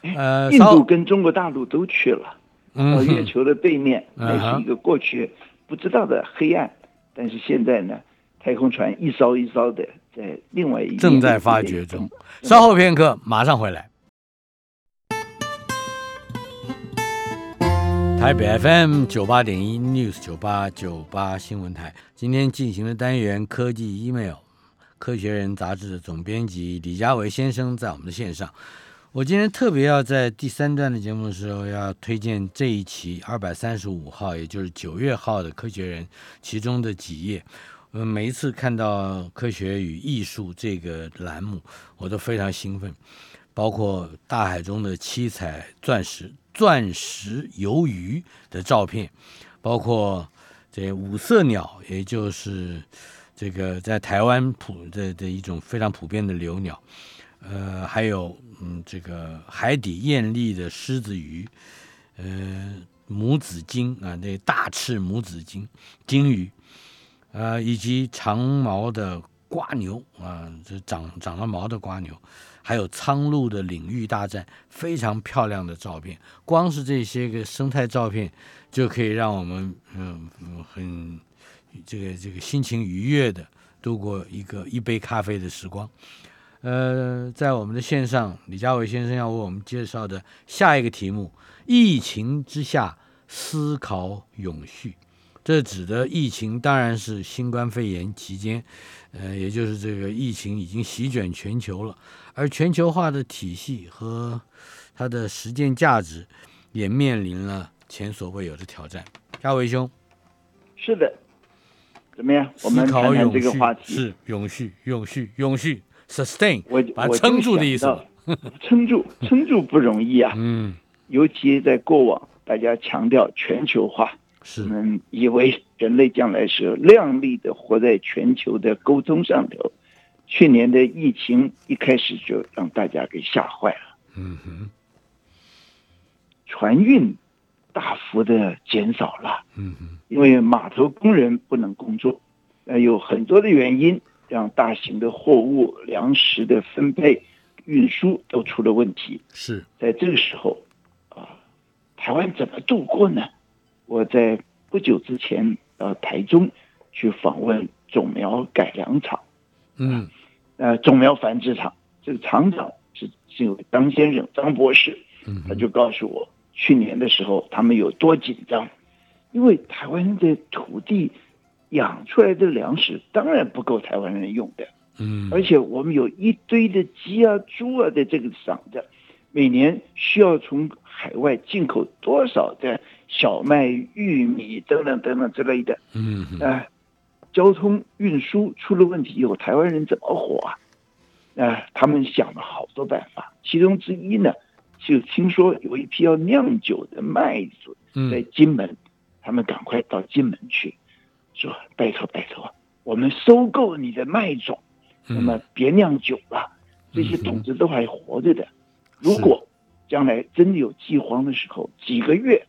Speaker 2: 呃，
Speaker 3: 哎印
Speaker 2: 稍
Speaker 3: 度跟中国大陆都去了，到呃月
Speaker 2: 嗯，
Speaker 3: 球的背面，
Speaker 2: 嗯
Speaker 3: 那是一个过去不知道的黑暗，但是现在呢，太空船一艘一艘的在另外
Speaker 2: [laughs]
Speaker 3: 一
Speaker 2: 正在发掘
Speaker 3: [laughs]
Speaker 2: 中。稍后片刻，马上回来。台北 FM 九八点一 News 九八九八新闻台，今天进行的单元科技 Email，《科学人》杂志的总编辑李家维先生在我们的线上。我今天特别要在第三段的节目的时候，要推荐这一期二百三十五号，也就是九月号的《科学人》其中的几页。嗯，每一次看到《科学与艺术》这个栏目，我都非常兴奋。包括大海中的七彩钻石、钻石鱿鱼的照片，包括这五色鸟，也就是这个在台湾普的的一种非常普遍的留鸟，呃，还有嗯这个海底艳丽的狮子鱼，呃母子鲸啊，那大翅母子鲸鲸鱼，呃，以及长毛的瓜牛啊，这长长了毛的瓜牛，还有苍鹭的领域大战，非常漂亮的照片。光是这些个生态照片，就可以让我们嗯嗯很这个这个心情愉悦的度过一个一杯咖啡的时光。呃，在我们的线上，李家伟先生要为我们介绍的下一个题目：疫情之下思考永续。这指的疫情当然是新冠肺炎期间，呃，也就是这个疫情已经席卷全球了，而全球化的体系和它的实践价值也面临了前所未有的挑战。嘉伟兄，
Speaker 3: 是的，怎么样？我们
Speaker 2: 思考
Speaker 3: 谈谈
Speaker 2: 永
Speaker 3: 这个
Speaker 2: 续
Speaker 3: 话题。
Speaker 2: 是永续、永续、永续，sustain，
Speaker 3: 我
Speaker 2: 把它
Speaker 3: 我就
Speaker 2: 撑住的
Speaker 3: 想
Speaker 2: 意思
Speaker 3: 到
Speaker 2: 吧。
Speaker 3: 撑住，撑住不容易啊！
Speaker 2: 嗯，
Speaker 3: 尤其在过往，大家强调全球化，
Speaker 2: 是
Speaker 3: 我，们以为人类将来是亮丽的活在全球的沟通上头。去年的疫情一开始就让大家给吓坏了，
Speaker 2: 嗯哼，
Speaker 3: 船运大幅的减少了，
Speaker 2: 嗯哼，
Speaker 3: 因为码头工人不能工作，呃，有很多的原因让大型的货物、粮食的分配、运输都出了问题。
Speaker 2: 是，
Speaker 3: 在这个时候，啊，台湾怎么度过呢？我在不久之前到台中去访问种苗改良场，
Speaker 2: 嗯
Speaker 3: 呃，种苗繁殖场，这个厂长是是有张先生张博士，
Speaker 2: 嗯
Speaker 3: 他
Speaker 2: 哼，
Speaker 3: 就告诉我，去年的时候他们有多紧张，因为台湾的土地养出来的粮食当然不够台湾人用的，
Speaker 2: 嗯，
Speaker 3: 而且我们有一堆的鸡啊、猪啊在这个上着，每年需要从海外进口多少的小麦、玉米等等等等之类的。
Speaker 2: 嗯哼
Speaker 3: 啊、交通运输出了问题以后，台湾人怎么活啊？啊、他们想了好多办法，其中之一呢，就听说有一批要酿酒的麦子在
Speaker 2: 嗯
Speaker 3: 金门，他们赶快到金门去，说拜托拜托，我们收购你的麦种，
Speaker 2: 嗯
Speaker 3: 那么别酿酒了，这些种子都还活着的。如果将来真的有饥荒的时候，几个月，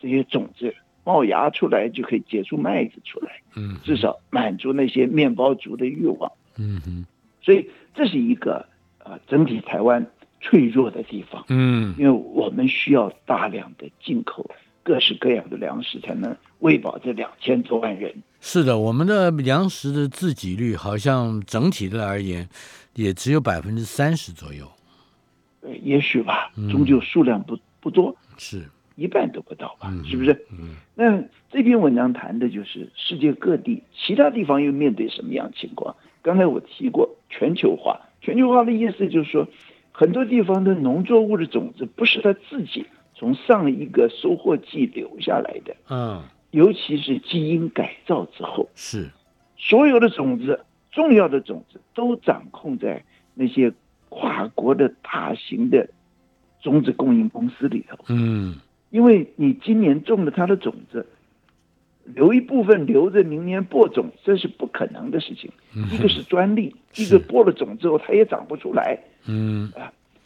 Speaker 3: 这些种子冒芽出来就可以结出麦子出来。
Speaker 2: 嗯
Speaker 3: 至少满足那些面包族的欲望。
Speaker 2: 嗯哼
Speaker 3: 所以这是一个呃整体台湾脆弱的地方，
Speaker 2: 嗯
Speaker 3: 因为我们需要大量的进口各式各样的粮食，才能喂饱这两千多万人。
Speaker 2: 是的，我们的粮食的自给率好像整体的而言，也只有百分之三十左右。
Speaker 3: 呃，也许吧，
Speaker 2: 嗯
Speaker 3: 终究数量不不多，
Speaker 2: 是，
Speaker 3: 一半都不到吧
Speaker 2: 嗯，
Speaker 3: 是不是？
Speaker 2: 嗯
Speaker 3: 那这篇文章谈的就是世界各地其他地方又面对什么样情况。刚才我提过全球化，全球化的意思就是说，很多地方的农作物的种子不是它自己从上一个收获季留下来的，
Speaker 2: 嗯，
Speaker 3: 尤其是基因改造之后，
Speaker 2: 是，
Speaker 3: 所有的种子，重要的种子都掌控在那些跨国的大型的种子供应公司里头。
Speaker 2: 嗯
Speaker 3: 因为你今年种了它的种子，留一部分留着明年播种，这是不可能的事情。
Speaker 2: 嗯
Speaker 3: 一个是
Speaker 2: [laughs]
Speaker 3: 专利，一个播了种之后它也长不出来，啊
Speaker 2: 嗯，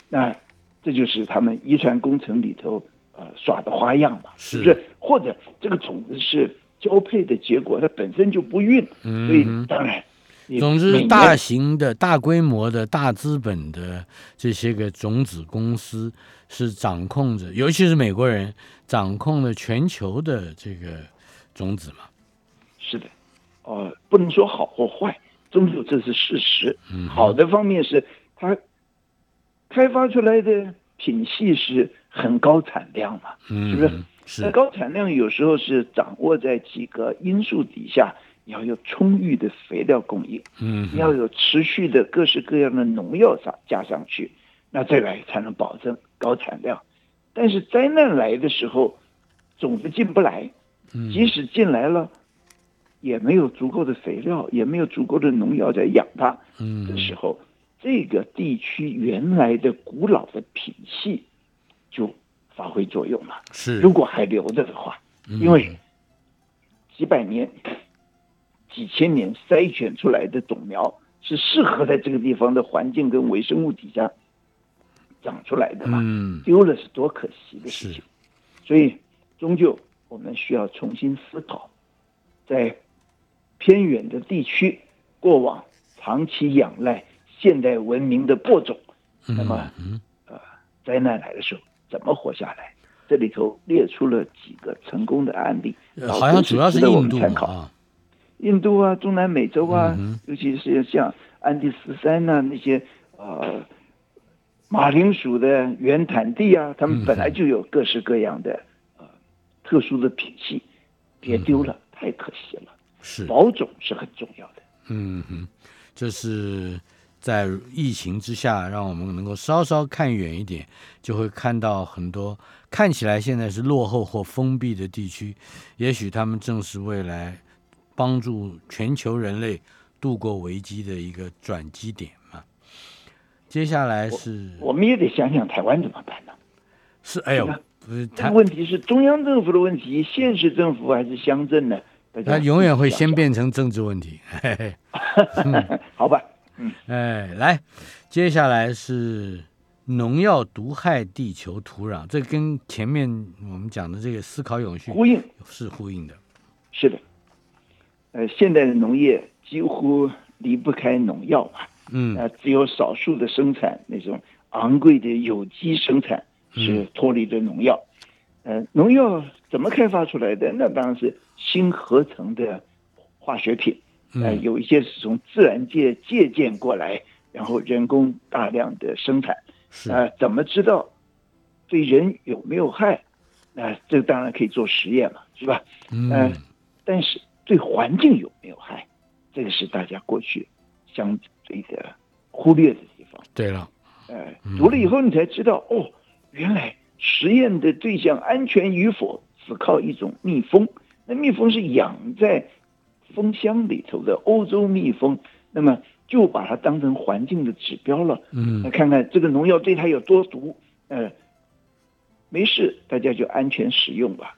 Speaker 3: 那这就是他们遗传工程里头呃耍的花样吧？
Speaker 2: 是
Speaker 3: 不是？或者这个种子是交配的结果，它本身就不孕，
Speaker 2: 嗯
Speaker 3: 所以当然，你
Speaker 2: 总
Speaker 3: 每
Speaker 2: 之，
Speaker 3: 年
Speaker 2: 大型的、大规模的、大资本的这些个种子公司是掌控着，尤其是美国人掌控了全球的这个种子嘛。
Speaker 3: 是的，呃，不能说好或坏，终究这是事实。好的方面是它开发出来的品系是很高产量嘛，是
Speaker 2: 嗯
Speaker 3: 不是？
Speaker 2: 哼，
Speaker 3: 那
Speaker 2: 是，
Speaker 3: 高产量有时候是掌握在几个因素底下，你要有充裕的肥料供应，
Speaker 2: 嗯
Speaker 3: 你
Speaker 2: 哼，
Speaker 3: 要有持续的各式各样的农药上加上去，那这来才能保证高产量。但是灾难来的时候，种子进不来，
Speaker 2: 嗯
Speaker 3: 即使进来了，也没有足够的肥料，也没有足够的农药在养它。的
Speaker 2: 嗯
Speaker 3: 时候，这个地区原来的古老的品系就发挥作用了。
Speaker 2: 是，嗯
Speaker 3: 如果还留着的话，因为几百年、几千年筛选出来的种苗是适合在这个地方的环境跟微生物底下长出来的嘛，
Speaker 2: 嗯
Speaker 3: 丢了是多可惜的事
Speaker 2: 是
Speaker 3: 情。所以，终究我们需要重新思考，在偏远的地区，过往长期仰赖现代文明的播种，
Speaker 2: 嗯
Speaker 3: 那么，呃，灾难来的时候怎么活下来？这里头列出了几个成功的案例，
Speaker 2: 呃好像主要是
Speaker 3: 值得我
Speaker 2: 印
Speaker 3: 们
Speaker 2: 度
Speaker 3: 参
Speaker 2: 嘛
Speaker 3: 考。
Speaker 2: 啊，
Speaker 3: 印度啊、中南美洲啊，
Speaker 2: 嗯
Speaker 3: 尤其是像安第斯山呐、那些呃马铃薯的原产地啊，他们本来就有各式各样的、呃特殊的品系，别丢
Speaker 2: 嗯
Speaker 3: 了，太可惜了。
Speaker 2: 是，
Speaker 3: 保种是很重要的。
Speaker 2: 嗯哼，这是在疫情之下，让我们能够稍稍看远一点，就会看到很多看起来现在是落后或封闭的地区，也许他们正是未来帮助全球人类度过危机的一个转机点嘛。接下来是
Speaker 3: 我们也得想想台湾怎么办呢？
Speaker 2: 是哎呦
Speaker 3: 这个，
Speaker 2: 不是
Speaker 3: 这个
Speaker 2: 他
Speaker 3: 问题是中央政府的问题、县市政府还是乡镇呢？大家
Speaker 2: 他永远会先
Speaker 3: 想
Speaker 2: 变成政治问题，嘿嘿。
Speaker 3: 想， [laughs] 好吧？
Speaker 2: 哎，来，接下来是农药毒害地球土壤，这跟前面我们讲的这个思考永续
Speaker 3: 呼应
Speaker 2: 是呼应的。
Speaker 3: 是的，呃，现代的农业几乎离不开农药嘛。
Speaker 2: 嗯
Speaker 3: 那只有少数的生产那种昂贵的有机生产
Speaker 2: 嗯
Speaker 3: 是脱离了农药。呃，农药怎么开发出来的？那当然是新合成的化学品。
Speaker 2: 嗯
Speaker 3: 呃，有一些是从自然界借鉴过来，然后人工大量的生产。
Speaker 2: 是
Speaker 3: 呃，怎么知道对人有没有害？那、这当然可以做实验了，是吧？呃
Speaker 2: 嗯，
Speaker 3: 但是对环境有没有害，这个是大家过去相对的忽略的地方。
Speaker 2: 对了，
Speaker 3: 哎、读了以后你才知道，哦，原来实验的对象安全与否只靠一种蜜蜂。那蜜蜂是养在蜂箱里头的欧洲蜜蜂，那么就把它当成环境的指标了。
Speaker 2: 嗯
Speaker 3: 那看看这个农药对它有多毒，呃，没事，大家就安全使用吧。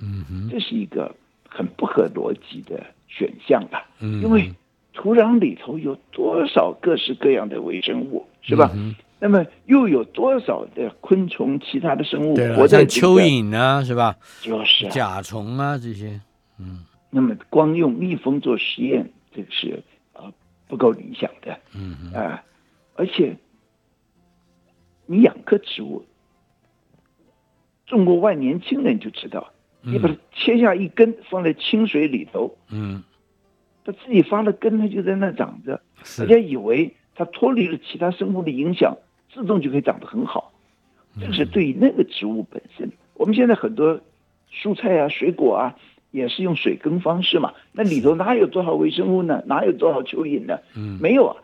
Speaker 2: 嗯哼
Speaker 3: 这是一个很不合逻辑的选项吧？
Speaker 2: 嗯，
Speaker 3: 因为土壤里头有多少各式各样的微生物，是吧？
Speaker 2: 嗯
Speaker 3: 那么又有多少的昆虫、其他的生物
Speaker 2: 对
Speaker 3: 活
Speaker 2: 了，像
Speaker 3: 在这
Speaker 2: 蚯
Speaker 3: 个，
Speaker 2: 蚓啊，是吧？
Speaker 3: 就是、啊、
Speaker 2: 甲虫啊这些，嗯
Speaker 3: 那么光用蜜蜂做实验，这个是啊、呃不够理想的啊、
Speaker 2: 嗯哼
Speaker 3: 而且你养棵植物，种过万年青的你就知道，你把它切下一根放在清水里头，
Speaker 2: 嗯，
Speaker 3: 它自己发了根，它就在那长着。大家
Speaker 2: 是，
Speaker 3: 以为它脱离了其他生物的影响，自动就可以长得很好。
Speaker 2: 嗯
Speaker 3: 这个是对于那个植物本身。我们现在很多蔬菜啊、水果啊，也是用水耕方式嘛。那里头哪有多少微生物呢？哪有多少蚯蚓呢？
Speaker 2: 嗯
Speaker 3: 没有啊，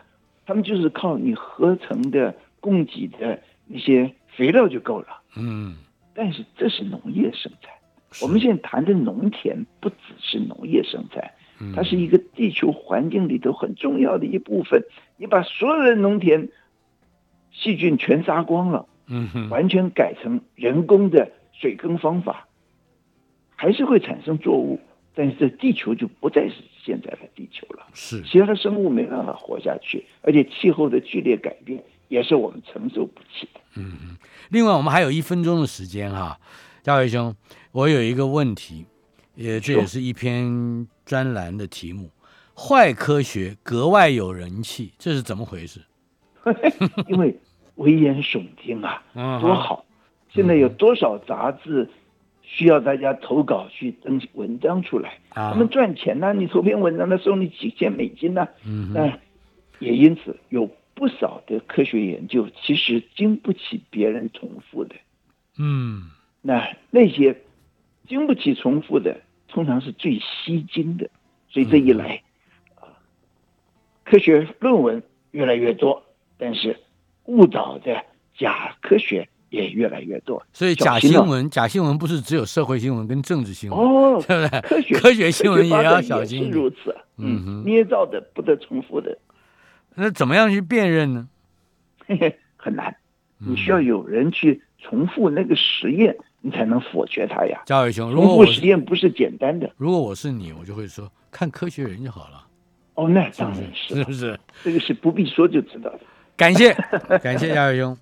Speaker 3: 他们就是靠你合成的、供给的一些肥料就够了。
Speaker 2: 嗯
Speaker 3: 但是这是农业生产。我们现在谈的农田不只是农业生产，它是一个地球环境里头很重要的一部分。你把所有的农田细菌全杀光了，
Speaker 2: 嗯哼，
Speaker 3: 完全改成人工的水耕方法，还是会产生作物，但是这地球就不再是现在的地球了。
Speaker 2: 是，
Speaker 3: 其他的生物没办法活下去，而且气候的剧烈改变也是我们承受不起的。
Speaker 2: 另外，我们还有一分钟的时间哈，大伟兄，我有一个问题，也这也是一篇专栏的题目，坏科学格外有人气，这是怎么回事？
Speaker 3: 因为危言耸听啊，
Speaker 2: 嗯
Speaker 3: 多好！现在有多少杂志需要大家投稿去登文章出来？
Speaker 2: 啊
Speaker 3: 他们赚钱呐，你投篇文章，他收你几千美金呐。
Speaker 2: 嗯哼
Speaker 3: 那也因此有不少的科学研究其实经不起别人重复的。
Speaker 2: 嗯
Speaker 3: 那那些经不起重复的，通常是最吸睛的，所以这一来，
Speaker 2: 嗯
Speaker 3: 啊，科学论文越来越多，但是误导的假科学也越来越多。
Speaker 2: 所以假
Speaker 3: 小心
Speaker 2: 新
Speaker 3: 哦
Speaker 2: 闻，假新闻不是只有社会新闻跟政治新闻，
Speaker 3: 哦，
Speaker 2: [laughs] 对不对？
Speaker 3: 科学
Speaker 2: 嗯科学新闻也
Speaker 3: 科学发
Speaker 2: 要
Speaker 3: 展
Speaker 2: 小心一
Speaker 3: 是
Speaker 2: 点
Speaker 3: 如此啊。
Speaker 2: 嗯
Speaker 3: 嗯，
Speaker 2: 哼
Speaker 3: 捏造的不得重复的，
Speaker 2: 那怎么样去辨认呢？
Speaker 3: 嘿嘿，很难。
Speaker 2: 嗯
Speaker 3: 你需要有人去重复那个实验，你才能否决它呀。
Speaker 2: 嘉伟兄，如
Speaker 3: 重
Speaker 2: 果我
Speaker 3: 复实
Speaker 2: 是
Speaker 3: 验不是简单的
Speaker 2: 如果我是你，我就会说看科学人就好了，
Speaker 3: 哦，那
Speaker 2: 是
Speaker 3: 当
Speaker 2: 不
Speaker 3: 然
Speaker 2: 嗯是？
Speaker 3: 是
Speaker 2: 是
Speaker 3: 了，
Speaker 2: 不是？
Speaker 3: 这个是不必说就知道的。
Speaker 2: 感谢感谢嘉伟兄，